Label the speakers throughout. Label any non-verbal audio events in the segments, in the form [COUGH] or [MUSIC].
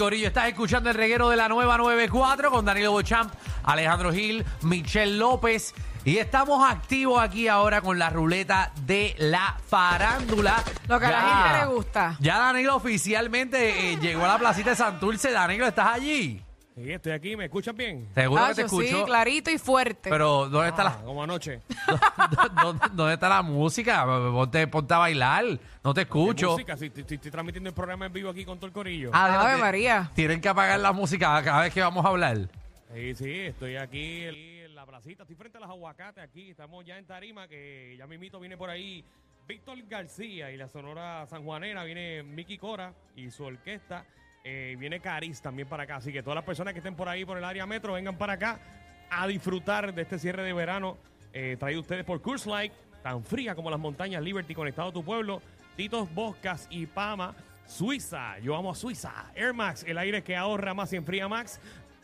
Speaker 1: Corillo, estás escuchando el reguero de la nueva 94 con Danilo Bochamp, Alejandro Gil, Michelle López. Y estamos activos aquí ahora con la ruleta de la farándula.
Speaker 2: Lo que a la
Speaker 1: Ya-
Speaker 2: gente le gusta.
Speaker 1: Ya Danilo oficialmente eh, llegó a la placita de Santurce. Danilo, ¿estás allí?
Speaker 3: Sí, estoy aquí, ¿me escuchan bien?
Speaker 1: Seguro
Speaker 2: Ah,
Speaker 1: que te
Speaker 2: eso
Speaker 1: escucho.
Speaker 2: Sí, clarito y fuerte.
Speaker 1: Pero ¿dónde está,
Speaker 3: Ah, como anoche.
Speaker 2: Ah.
Speaker 1: [LAUGHS] la, dónde, dónde está la música? Ponte, ponte a bailar. No te escucho.
Speaker 3: Música, sí, estoy, estoy- estoy transmitiendo el programa en vivo aquí con todo el corillo.
Speaker 1: Dios,
Speaker 2: Ave
Speaker 1: ti-
Speaker 2: María.
Speaker 1: Tienen que apagar la música cada vez que vamos a hablar.
Speaker 3: Sí, sí, estoy aquí en en la placita, estoy frente a los aguacates aquí, estamos ya en Tarima, que ya mimito viene por ahí Víctor García y la Sonora Sanjuanera, viene Miki Cora y su orquesta, eh, viene Caris también para acá, así que todas las personas que estén por ahí, por el área metro, vengan para acá a disfrutar de este cierre de verano eh, traído ustedes por Curse Light, tan fría como las montañas Liberty, conectado a tu pueblo, Titos Boscas y Pama. Suiza, yo amo a Suiza. Air Max, el aire que ahorra más y enfría Max.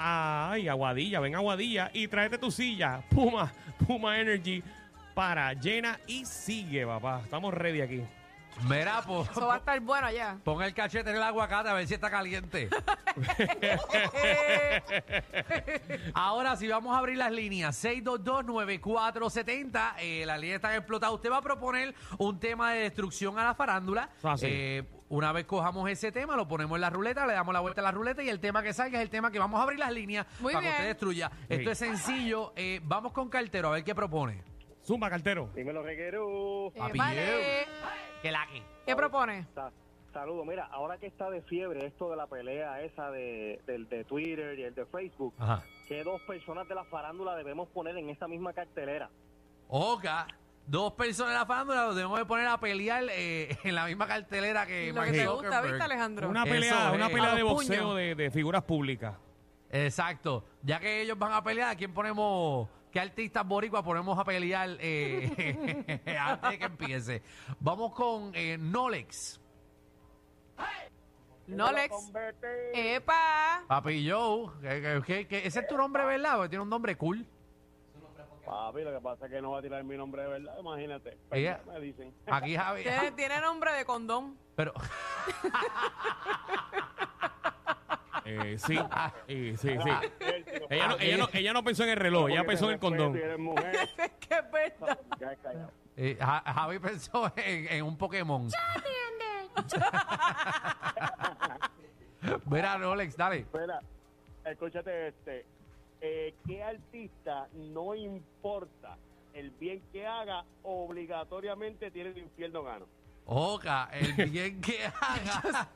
Speaker 3: Ay, Aguadilla, ven a Aguadilla y tráete tu silla. Puma, Puma Energy para llena y sigue, papá. Estamos ready aquí.
Speaker 1: Mira, pues, po-
Speaker 2: Eso
Speaker 1: [LAUGHS]
Speaker 2: va a estar bueno allá.
Speaker 1: pon el cachete en el aguacate a ver si está
Speaker 3: [LAUGHS]
Speaker 1: caliente.
Speaker 2: Eh,
Speaker 1: Ahora sí, vamos a abrir las líneas. 622-9470. Eh, las líneas están explotadas. Usted va a proponer un tema de destrucción a la farándula.
Speaker 3: Ah, sí.
Speaker 1: Eh, una vez cojamos ese tema, lo ponemos en la ruleta, le damos la vuelta a la ruleta y el tema que salga es el tema que vamos a abrir las líneas
Speaker 2: Muy
Speaker 1: para
Speaker 2: bien.
Speaker 1: que usted destruya. Esto
Speaker 3: Sí.
Speaker 1: es sencillo. Eh, vamos con Cartero a ver qué propone.
Speaker 3: Zumba, cartero.
Speaker 4: Dímelo, reguero.
Speaker 2: eh,
Speaker 1: Papi, Eh,
Speaker 2: vale.
Speaker 1: Que la que.
Speaker 2: ¿Qué propone?
Speaker 4: Sa- Saludo. Mira, ahora que está de fiebre esto de la pelea esa de, del de Twitter y el de Facebook,
Speaker 1: Ajá.
Speaker 4: ¿qué dos personas de la farándula debemos poner en esa misma cartelera?
Speaker 1: Oca. Dos personas de la farándula los debemos de poner a pelear eh, [LAUGHS] en la misma cartelera que
Speaker 2: Lo que
Speaker 1: Mark
Speaker 2: te gusta,
Speaker 1: Zuckerberg.
Speaker 2: ¿viste, Alejandro?
Speaker 3: Una
Speaker 1: Eso
Speaker 3: pelea,
Speaker 1: es.
Speaker 3: una
Speaker 1: A
Speaker 3: pelea
Speaker 2: los
Speaker 3: de boxeo
Speaker 2: puños.
Speaker 3: de, de figuras públicas.
Speaker 1: Exacto. Ya que ellos van a pelear, ¿a quién ponemos? ¿Qué artistas boricuas ponemos a pelear eh, [LAUGHS] antes de que empiece? Vamos con eh, Nolex.
Speaker 2: Nolex. Eh.
Speaker 1: [LAUGHS]
Speaker 2: ¡Epa!
Speaker 1: Papi Joe. que- que- que- que- ese es tu nombre, ¿verdad? Porque tiene un nombre cool.
Speaker 4: Papi, lo que pasa es que no va a tirar mi nombre de verdad, imagínate. Pues
Speaker 1: Ella-
Speaker 4: Me dicen.
Speaker 1: Aquí Javi.
Speaker 2: Tiene, tiene nombre de condón. [LAUGHS]
Speaker 1: Pero [LAUGHS]
Speaker 3: Eh, sí, eh, sí, sí. Ella
Speaker 4: Ella
Speaker 3: no, ella no- ella no pensó en el reloj, ella pensó en el condón.
Speaker 4: Eres mujer.
Speaker 2: Es que es verdad.
Speaker 3: [LAUGHS]
Speaker 4: Ya, callado.
Speaker 1: eh, Ja- Javi pensó en, en un Pokémon. [LAUGHS] Mira, Nolex, dale.
Speaker 4: Espera, escúchate este. Eh, ¿Qué artista no importa el bien que haga, obligatoriamente tiene el infierno gano?
Speaker 1: Oca, el bien que haga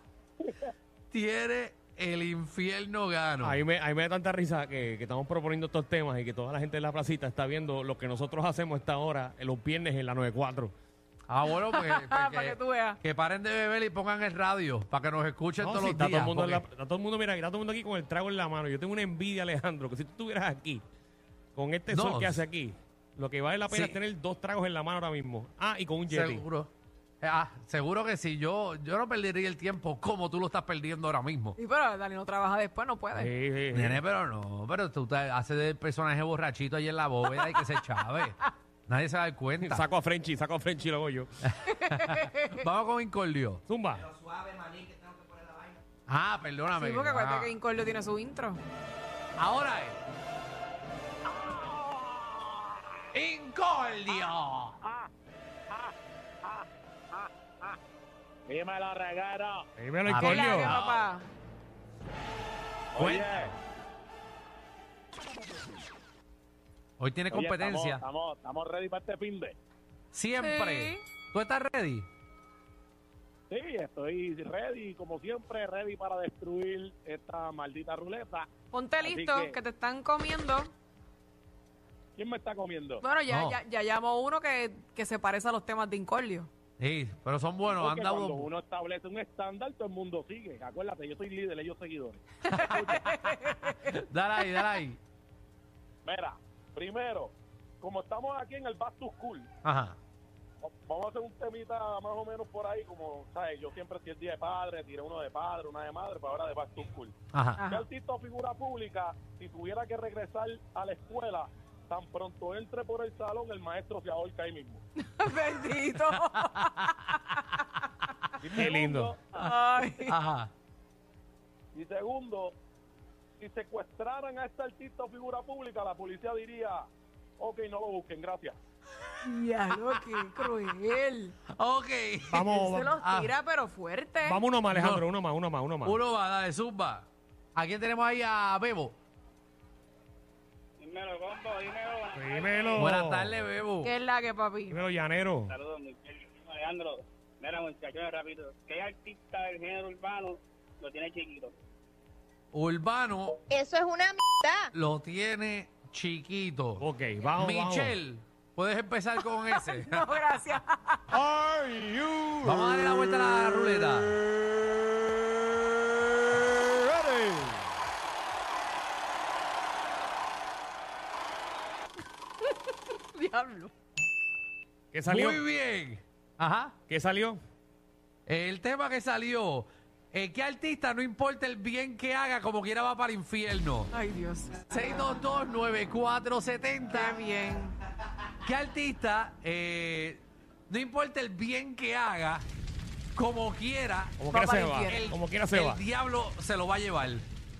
Speaker 1: tiene el infierno gano.
Speaker 3: Ahí me, ahí me da tanta risa que, que estamos proponiendo estos temas y que toda la gente de la placita está viendo lo que nosotros hacemos a esta hora, eh, los viernes en la 94.
Speaker 1: Ah, bueno, pues,
Speaker 2: [LAUGHS]
Speaker 1: pues
Speaker 2: Para que tú veas.
Speaker 1: que paren de beber y pongan el radio para que nos escuchen
Speaker 3: No,
Speaker 1: todos los
Speaker 3: sí, está,
Speaker 1: días.
Speaker 3: todo el mundo en la-
Speaker 1: porque-
Speaker 3: está todo el mundo, mira, está todo el mundo aquí con el trago en la mano. Yo tengo una envidia, Alejandro, que si tú estuvieras aquí, con este
Speaker 1: No.
Speaker 3: sol que hace aquí, lo que vale la pena
Speaker 1: Sí.
Speaker 3: es tener dos tragos en la mano ahora mismo. Ah, y con un jetty.
Speaker 1: Seguro. Eh, Ah, seguro que sí. Yo, yo no perdería el tiempo como tú lo estás perdiendo ahora mismo.
Speaker 2: Y pero Dani no trabaja después, no
Speaker 3: Sí,
Speaker 2: puede.
Speaker 3: sí, sí.
Speaker 1: Nene, pero no. Pero tú te haces del personaje borrachito ahí en la bóveda y que se chave. Nadie se va a dar cuenta.
Speaker 3: [LAUGHS] Saco a Frenchy, saco a Frenchy, lo hago yo.
Speaker 1: Vamos con Incordio.
Speaker 3: Zumba.
Speaker 1: Ah, perdóname.
Speaker 2: Sí, porque
Speaker 1: Ah.
Speaker 2: acuérdate que Incordio tiene su intro.
Speaker 1: Ahora es. ¡Incordio!
Speaker 4: Dímelo, reguero.
Speaker 3: Dímelo,
Speaker 1: Ah,
Speaker 2: ¿Qué es la que,
Speaker 3: Incordio.
Speaker 2: papá?
Speaker 4: Oye,
Speaker 1: Hoy tienes
Speaker 4: Oye,
Speaker 1: competencia.
Speaker 4: estamos, estamos, estamos ready para este pimbe.
Speaker 1: Siempre.
Speaker 2: Sí.
Speaker 1: ¿Tú estás ready?
Speaker 4: Sí, estoy ready, como siempre, ready para destruir esta maldita ruleta.
Speaker 2: Ponte
Speaker 4: Así
Speaker 2: listo,
Speaker 4: que-
Speaker 2: que te están comiendo.
Speaker 4: ¿Quién me está comiendo?
Speaker 2: Bueno, ya,
Speaker 1: No.
Speaker 2: ya, ya llamó uno que, que se parece a los temas de Incordio. [LAUGHS]
Speaker 1: Sí, pero son buenos.
Speaker 4: Porque
Speaker 1: Han
Speaker 4: cuando
Speaker 1: dado
Speaker 4: uno establece un estándar, todo el mundo sigue. Acuérdate, yo soy líder, ellos seguidores.
Speaker 1: Dale ahí, dale ahí.
Speaker 4: Mira, primero, como estamos aquí en el Back to School,
Speaker 1: Ajá.
Speaker 4: Vamos a hacer un temita más o menos por ahí, como, ¿sabes? Yo siempre si el día de padre, tiré uno de padre, una de madre, pero ahora de Back to School.
Speaker 1: Ajá.
Speaker 2: Ajá.
Speaker 4: ¿Qué artista o figura pública, si tuviera que regresar a la escuela, tan pronto entre por el salón, el maestro se ahorca ahí mismo?
Speaker 2: Bendito.
Speaker 1: [LAUGHS]
Speaker 4: Y
Speaker 3: Qué lindo.
Speaker 4: segundo-
Speaker 2: Ay.
Speaker 1: Ajá.
Speaker 4: Y segundo, si secuestraran a este artista o figura pública, la policía diría, ok, no lo busquen, gracias.
Speaker 2: [LAUGHS] Ya, lo que cruel.
Speaker 1: Ok.
Speaker 3: Vamos,
Speaker 2: Se
Speaker 3: vamos,
Speaker 2: los tira, pero fuerte.
Speaker 3: vamos uno más, Alejandro, uno más, uno más, uno más.
Speaker 1: Uno va, dale, zumba. ¿A quién tenemos ahí? A Bebo.
Speaker 4: Dímelo, combo, dímelo.
Speaker 3: Dímelo.
Speaker 1: Buenas tardes, Bebo.
Speaker 2: ¿Qué es la que, papi?
Speaker 3: Dímelo, Llanero.
Speaker 4: Saludos, Alejandro. Mira, muchachos, rápido. ¿Qué artista del género urbano lo tiene chiquito?
Speaker 1: Urbano
Speaker 5: Eso es una mierda.
Speaker 1: lo tiene chiquito.
Speaker 3: Ok, vamos,
Speaker 1: Michelle, puedes empezar
Speaker 5: [LAUGHS]
Speaker 1: con ese.
Speaker 2: No, gracias. [LAUGHS]
Speaker 3: vamos. Are you
Speaker 1: Vamos a darle la vuelta a la ruleta.
Speaker 3: ready?
Speaker 2: Diablo.
Speaker 3: ¿Qué salió?
Speaker 1: Muy bien. Ajá.
Speaker 3: ¿Qué salió?
Speaker 1: El tema que salió. eh, ¿Qué artista, no importa el bien que haga, como quiera va para el infierno?
Speaker 2: Ay, Dios. Está
Speaker 1: 6229470.
Speaker 2: bien.
Speaker 1: ¿Qué artista, eh, no importa el bien que haga, como quiera,
Speaker 3: Como
Speaker 2: Va
Speaker 3: quiera se
Speaker 2: para
Speaker 3: va.
Speaker 2: infierno.
Speaker 3: Como quiera se
Speaker 1: el
Speaker 3: va.
Speaker 1: diablo se lo va a llevar?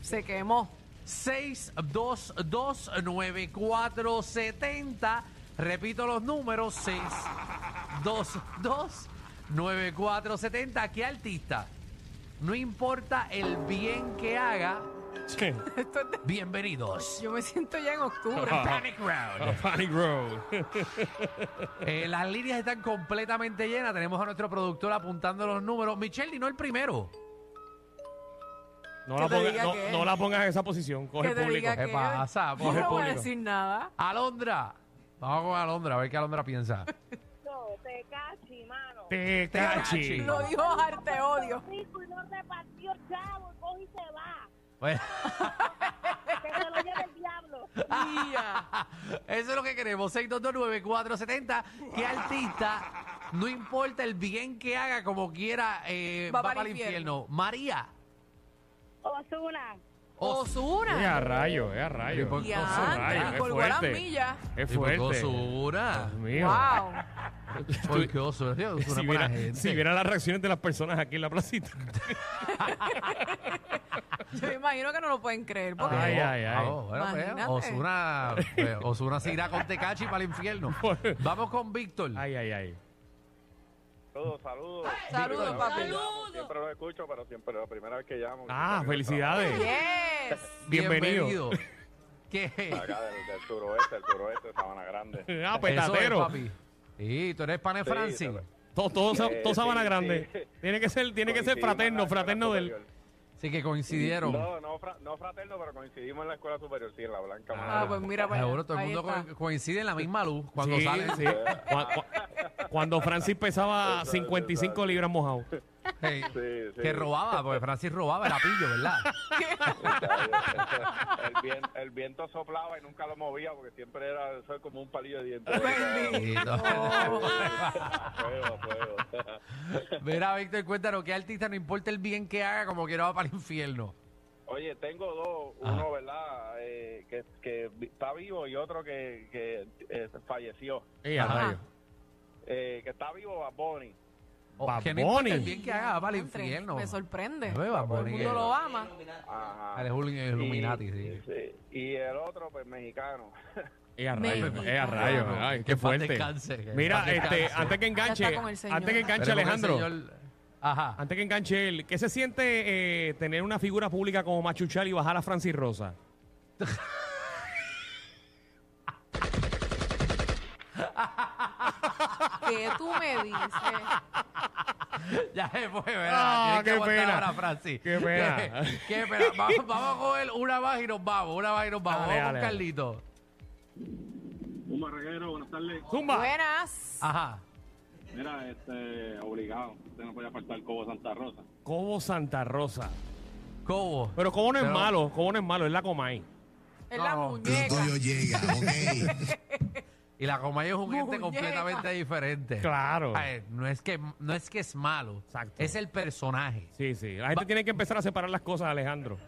Speaker 2: Se quemó.
Speaker 1: 6229470. Repito los números. 6229470. ¿Qué artista? No importa el bien que haga,
Speaker 3: Sí.
Speaker 2: Esto es de-
Speaker 3: [LAUGHS]
Speaker 1: bienvenidos.
Speaker 2: Yo me siento ya en octubre.
Speaker 1: Panic Round.
Speaker 3: Panic
Speaker 2: [LAUGHS]
Speaker 3: Road.
Speaker 1: Eh, las líneas están completamente llenas. Tenemos a nuestro productor apuntando los números. Michelle, y no el primero.
Speaker 3: No
Speaker 2: Que
Speaker 3: la,
Speaker 2: te
Speaker 3: ponga-
Speaker 2: diga
Speaker 3: no,
Speaker 2: que-
Speaker 3: no la pongas en esa posición. Coge
Speaker 2: que
Speaker 3: el
Speaker 2: te
Speaker 3: público.
Speaker 2: diga
Speaker 1: ¿Qué
Speaker 2: que
Speaker 1: pasa?
Speaker 2: Yo no
Speaker 3: Coge
Speaker 2: voy a
Speaker 3: público.
Speaker 2: decir nada.
Speaker 1: Alondra. Vamos con Alondra, a ver qué Alondra piensa. [LAUGHS]
Speaker 5: No, te cachi, mano.
Speaker 3: Te
Speaker 1: Tecachi.
Speaker 3: cachi.
Speaker 2: Lo dijo arte odio.
Speaker 5: Rico y no repartió chavo, coge y se va.
Speaker 1: Bueno. [LAUGHS]
Speaker 5: Que se lo lleve el diablo.
Speaker 2: Ya.
Speaker 1: Eso es lo que queremos, 6229470. ¿Qué artista, no importa el bien que haga, como quiera, eh, va, para el infierno? María.
Speaker 5: Osuna.
Speaker 3: Eh, a
Speaker 2: [LAUGHS] Osuna.
Speaker 3: rayo, eh, a rayo.
Speaker 1: Y por-
Speaker 2: Ya,
Speaker 3: Osuna,
Speaker 2: anda,
Speaker 3: rayo, es
Speaker 2: colgó a las
Speaker 3: fuerte.
Speaker 2: millas.
Speaker 3: Es
Speaker 1: Sí, porque
Speaker 3: fuerte.
Speaker 1: Osuna.
Speaker 3: Dios mío.
Speaker 2: Wow.
Speaker 1: Porque Osuna, tío, Osuna
Speaker 3: Si
Speaker 1: es buena
Speaker 3: viera,
Speaker 1: gente.
Speaker 3: si viera las reacciones de las personas aquí en la placita.
Speaker 1: [LAUGHS]
Speaker 2: Yo me imagino que no lo pueden creer. Porque
Speaker 3: Ay,
Speaker 1: Ah,
Speaker 3: ay, ay.
Speaker 1: oh, bueno, pues,
Speaker 2: Imagínate.
Speaker 1: Osuna, pues, Osuna se irá con Tecachi para el
Speaker 3: [LAUGHS]
Speaker 1: infierno. Vamos con Víctor.
Speaker 3: Ay, ay, ay.
Speaker 4: Saludos, saludos.
Speaker 2: Saludos, papi.
Speaker 4: Siempre lo escucho, pero siempre la primera vez que llamo.
Speaker 3: Ah, felicidades.
Speaker 2: Yes.
Speaker 3: Bienvenido.
Speaker 1: ¿Qué?
Speaker 4: Acá del, del suroeste, el suroeste de Sabana Grande.
Speaker 3: Ah,
Speaker 1: Eso es,
Speaker 3: petatero.
Speaker 1: papi. Sí, tú eres pan de
Speaker 4: Sí,
Speaker 1: Francis.
Speaker 4: claro.
Speaker 3: Todo, todo, sa-
Speaker 4: Eh,
Speaker 3: todo Sabana
Speaker 4: sí,
Speaker 3: Grande.
Speaker 4: sí.
Speaker 3: Tiene que ser, tiene que ser
Speaker 4: Coincidimos en la
Speaker 3: fraterno,
Speaker 4: escuela
Speaker 3: fraterno del.
Speaker 4: superior.
Speaker 1: Sí, que coincidieron.
Speaker 4: No, no, fra- no fraterno, pero coincidimos en la escuela superior, sí, en la Blanca.
Speaker 2: Ah, pues mira, para allá.
Speaker 1: Seguro todo el
Speaker 2: Ahí
Speaker 1: mundo
Speaker 2: está.
Speaker 1: co- coincide en la misma luz cuando
Speaker 3: Sí,
Speaker 1: salen.
Speaker 3: sí. Cu- cu- Cuando Francis pesaba 55 libras mojado.
Speaker 1: [LAUGHS] Hey,
Speaker 4: Sí, sí.
Speaker 1: Que robaba, porque Francis robaba el apillo, ¿verdad? [LAUGHS]
Speaker 4: el, viento, el viento soplaba y nunca lo movía porque siempre era eso es como un palillo de dientes.
Speaker 1: Sí,
Speaker 4: [LAUGHS]
Speaker 1: no.
Speaker 4: A fuego, a fuego.
Speaker 1: Mira, Víctor, cuéntanos, ¿qué artista no importa el bien que haga, como quiera va para el infierno?
Speaker 4: Oye, tengo dos,
Speaker 1: Ajá.
Speaker 4: uno, ¿verdad? Eh, que, que vi- está vivo y otro que, que eh, falleció.
Speaker 3: Ey, a
Speaker 1: Ajá.
Speaker 3: rayo.
Speaker 4: Eh, que está vivo Bad Bunny.
Speaker 1: O
Speaker 3: Bad
Speaker 1: que no importa el
Speaker 3: Bunny.
Speaker 1: bien que haga va para el
Speaker 2: Entre,
Speaker 1: infierno.
Speaker 2: Me sorprende.
Speaker 1: Ve, Bad
Speaker 2: Todo el
Speaker 1: Bunny,
Speaker 2: mundo
Speaker 1: que-
Speaker 2: lo ama.
Speaker 4: Ajá.
Speaker 1: Él es un Illuminati, sí.
Speaker 4: Sí, Y el otro, pues mexicano. [LAUGHS]
Speaker 3: Ey, a rayo.
Speaker 2: Bendito.
Speaker 3: Ey, a rayo.
Speaker 1: Bueno,
Speaker 3: Ay,
Speaker 1: que
Speaker 3: qué
Speaker 1: en paz
Speaker 3: fuerte.
Speaker 1: descanse, que en paz
Speaker 3: Mira,
Speaker 1: descanse.
Speaker 3: este, antes que enganche,
Speaker 2: Ya está con el señor.
Speaker 3: antes que enganche
Speaker 1: Esperemos que el
Speaker 3: Alejandro, Ah.
Speaker 1: señor- Ajá.
Speaker 3: antes que enganche él, ¿qué se siente eh, tener una figura pública como Machuchal y bajar a Francis Rosa?
Speaker 2: ¿Qué tú me dices?
Speaker 1: [LAUGHS] Ya se fue, ¿verdad?
Speaker 3: Ah,
Speaker 1: Tienes que
Speaker 3: qué
Speaker 1: aguantar
Speaker 3: pena.
Speaker 1: ahora, Francis.
Speaker 3: Qué pena.
Speaker 1: Qué, qué
Speaker 3: [LAUGHS]
Speaker 1: pena. Vamos, vamos a coger una más y nos vamos. Una más y nos vamos.
Speaker 3: Dale,
Speaker 1: vamos con
Speaker 3: dale, dale.
Speaker 1: Carlito.
Speaker 4: Un marreguero, buenas tardes.
Speaker 3: Zumba.
Speaker 2: Buenas.
Speaker 1: Ajá.
Speaker 4: Mira, este, obligado. Usted no podía faltar Cobo Santa Rosa.
Speaker 3: Cobo Santa Rosa.
Speaker 1: Cobo.
Speaker 3: Pero Cobo no es
Speaker 1: Pero-
Speaker 3: malo, Cobo no es malo, es la Comay.
Speaker 2: Es la
Speaker 1: no.
Speaker 2: muñeca.
Speaker 6: llega, ok.
Speaker 1: Y la Comay es un ente
Speaker 2: Muñeca.
Speaker 1: completamente diferente.
Speaker 3: Claro.
Speaker 1: A ver, no, es que, no es que es malo.
Speaker 3: Exacto.
Speaker 1: Es el personaje.
Speaker 3: Sí, sí. La gente tiene que empezar a separar las cosas, Alejandro.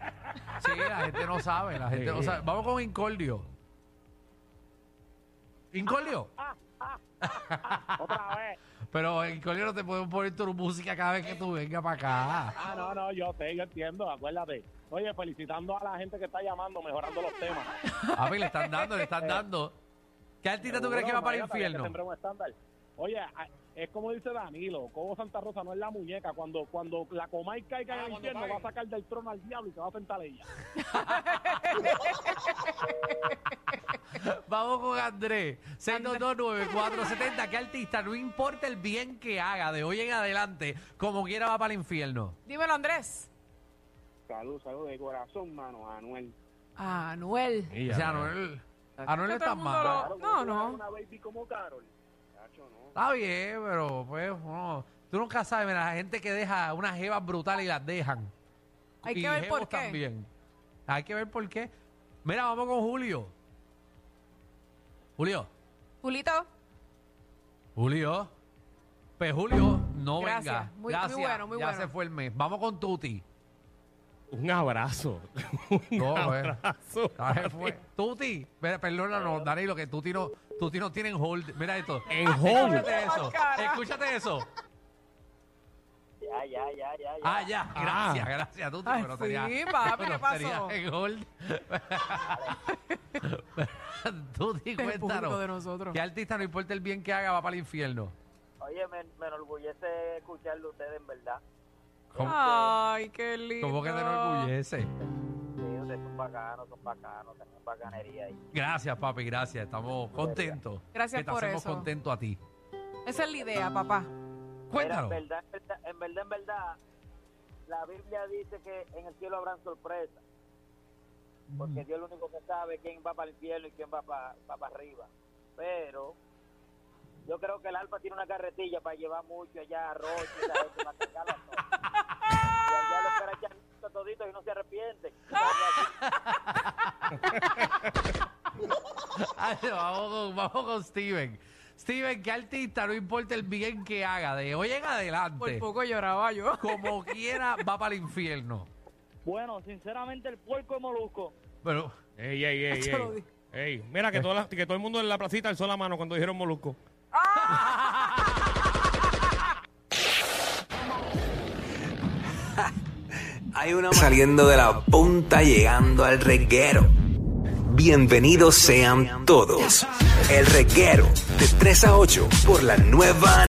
Speaker 1: Sí, la gente no sabe. La gente
Speaker 3: Sí.
Speaker 1: no sabe. Vamos con Incordio. Incordio.
Speaker 4: Otra vez.
Speaker 1: Pero Incordio no te podemos poner tu música cada vez que tú vengas para acá.
Speaker 4: Ah, no, no, yo sé, yo entiendo, acuérdate. Oye, felicitando a la gente que está llamando, mejorando los temas.
Speaker 1: A ver, le están dando, le están dando. ¿Qué artista tú crees que va para el
Speaker 4: Imagínate, ya que
Speaker 1: infierno?
Speaker 4: tendré un estándar. Oye, a- es como dice Danilo, Cobo Santa Rosa no es la muñeca. Cuando cuando la Comay caiga
Speaker 3: Ah,
Speaker 4: en el
Speaker 3: cuando
Speaker 4: infierno,
Speaker 3: pague.
Speaker 4: va a sacar del trono al diablo y se va a sentar a ella.
Speaker 1: Vamos con Andrés. 6229470. ¿Qué artista? No importa el bien que haga de hoy en adelante, como quiera va para el infierno.
Speaker 2: Dímelo, Andrés.
Speaker 4: Salud, salud de corazón, mano, Anuel.
Speaker 2: Anuel.
Speaker 3: Y
Speaker 1: O
Speaker 3: ya,
Speaker 1: sea,
Speaker 3: ¿no?
Speaker 1: Anuel, Anuel no
Speaker 2: Que todo
Speaker 1: está
Speaker 2: el mundo
Speaker 1: mal.
Speaker 2: lo- No, no.
Speaker 4: Una baby como Carol. Chacho, no.
Speaker 1: Está bien, pero pues, no. tú nunca sabes, mira, la gente que deja unas jevas brutales y las dejan.
Speaker 2: Hay
Speaker 1: Y
Speaker 2: que ver
Speaker 1: jevos
Speaker 2: por qué.
Speaker 1: también. Hay que ver por qué. Mira, vamos con Julio. Julio.
Speaker 2: Julito.
Speaker 1: Julio. Pues Julio, no
Speaker 2: Gracias.
Speaker 1: venga.
Speaker 2: Muy- muy
Speaker 1: Gracias.
Speaker 2: bueno, muy
Speaker 1: ya
Speaker 2: bueno.
Speaker 1: se fue el mes. Vamos con Tuti.
Speaker 3: Un abrazo. [LAUGHS] Un
Speaker 1: No, eh.
Speaker 3: abrazo.
Speaker 1: Ya [LAUGHS] se fue. Tuti. Mira, perdónanos, Danilo, que Tuti no, Tuti no tiene en hold. Mira esto.
Speaker 3: En hold.
Speaker 1: Escúchate eso.
Speaker 2: Cara.
Speaker 1: Escúchate eso.
Speaker 4: Ya, ya, ya, ya.
Speaker 1: Ah, ya. Gracias,
Speaker 3: Ah.
Speaker 1: gracias, Tuti.
Speaker 2: Ay,
Speaker 1: pero
Speaker 2: sí,
Speaker 1: tenía, [LAUGHS]
Speaker 2: papi,
Speaker 1: pero
Speaker 2: ¿qué pasó?
Speaker 1: tenía en hold. [LAUGHS] Tuti,
Speaker 2: [LAUGHS] El punto de
Speaker 1: cuéntanos.
Speaker 2: nosotros.
Speaker 1: ¿Qué artista, no importa el bien que haga, va para el infierno?
Speaker 7: Oye, me, me enorgullece escucharlo a ustedes, en verdad.
Speaker 1: ¿Cómo,
Speaker 2: Ay, qué lindo.
Speaker 1: cómo que te enorgullece?
Speaker 7: Sí, ustedes son bacanos, son bacanos, tienen bacanería ahí.
Speaker 1: Gracias, papi, gracias. Estamos contentos.
Speaker 2: Gracias
Speaker 1: que te
Speaker 2: por
Speaker 1: hacemos
Speaker 2: eso.
Speaker 1: contento a ti.
Speaker 2: Esa es la idea, papá.
Speaker 7: Mira,
Speaker 1: Cuéntanos.
Speaker 7: en, verdad, en verdad, en verdad, en verdad, la Biblia dice que en el cielo habrán sorpresas.
Speaker 1: Mm.
Speaker 7: Porque Dios es el único que sabe quién va para el cielo y quién va para arriba. Pero yo creo que el Alfa tiene una carretilla para llevar mucho allá arroz y la gente para cargarlo a todos. Y allá los carachanditos toditos y no se arrepienten.
Speaker 1: Ay, Ah, vamos, con, vamos con Steven. Steven, ¿qué artista, no importa el bien que haga, de hoy en
Speaker 2: Por
Speaker 1: adelante,
Speaker 2: poco lloraba yo.
Speaker 1: como quiera, va para el infierno?
Speaker 7: Bueno, sinceramente el puerco molusco.
Speaker 1: Pero,
Speaker 3: Ey,
Speaker 7: [LAUGHS]
Speaker 3: ey, ey,
Speaker 2: Eso lo
Speaker 3: ey.
Speaker 2: di.
Speaker 3: Ey, mira
Speaker 1: Eh.
Speaker 3: que, todas las- que todo el mundo en la placita alzó la mano cuando dijeron molusco.
Speaker 8: Hay una saliendo de la punta llegando al reguero. Bienvenidos sean todos. El reguero de 3 a 8 por la nueva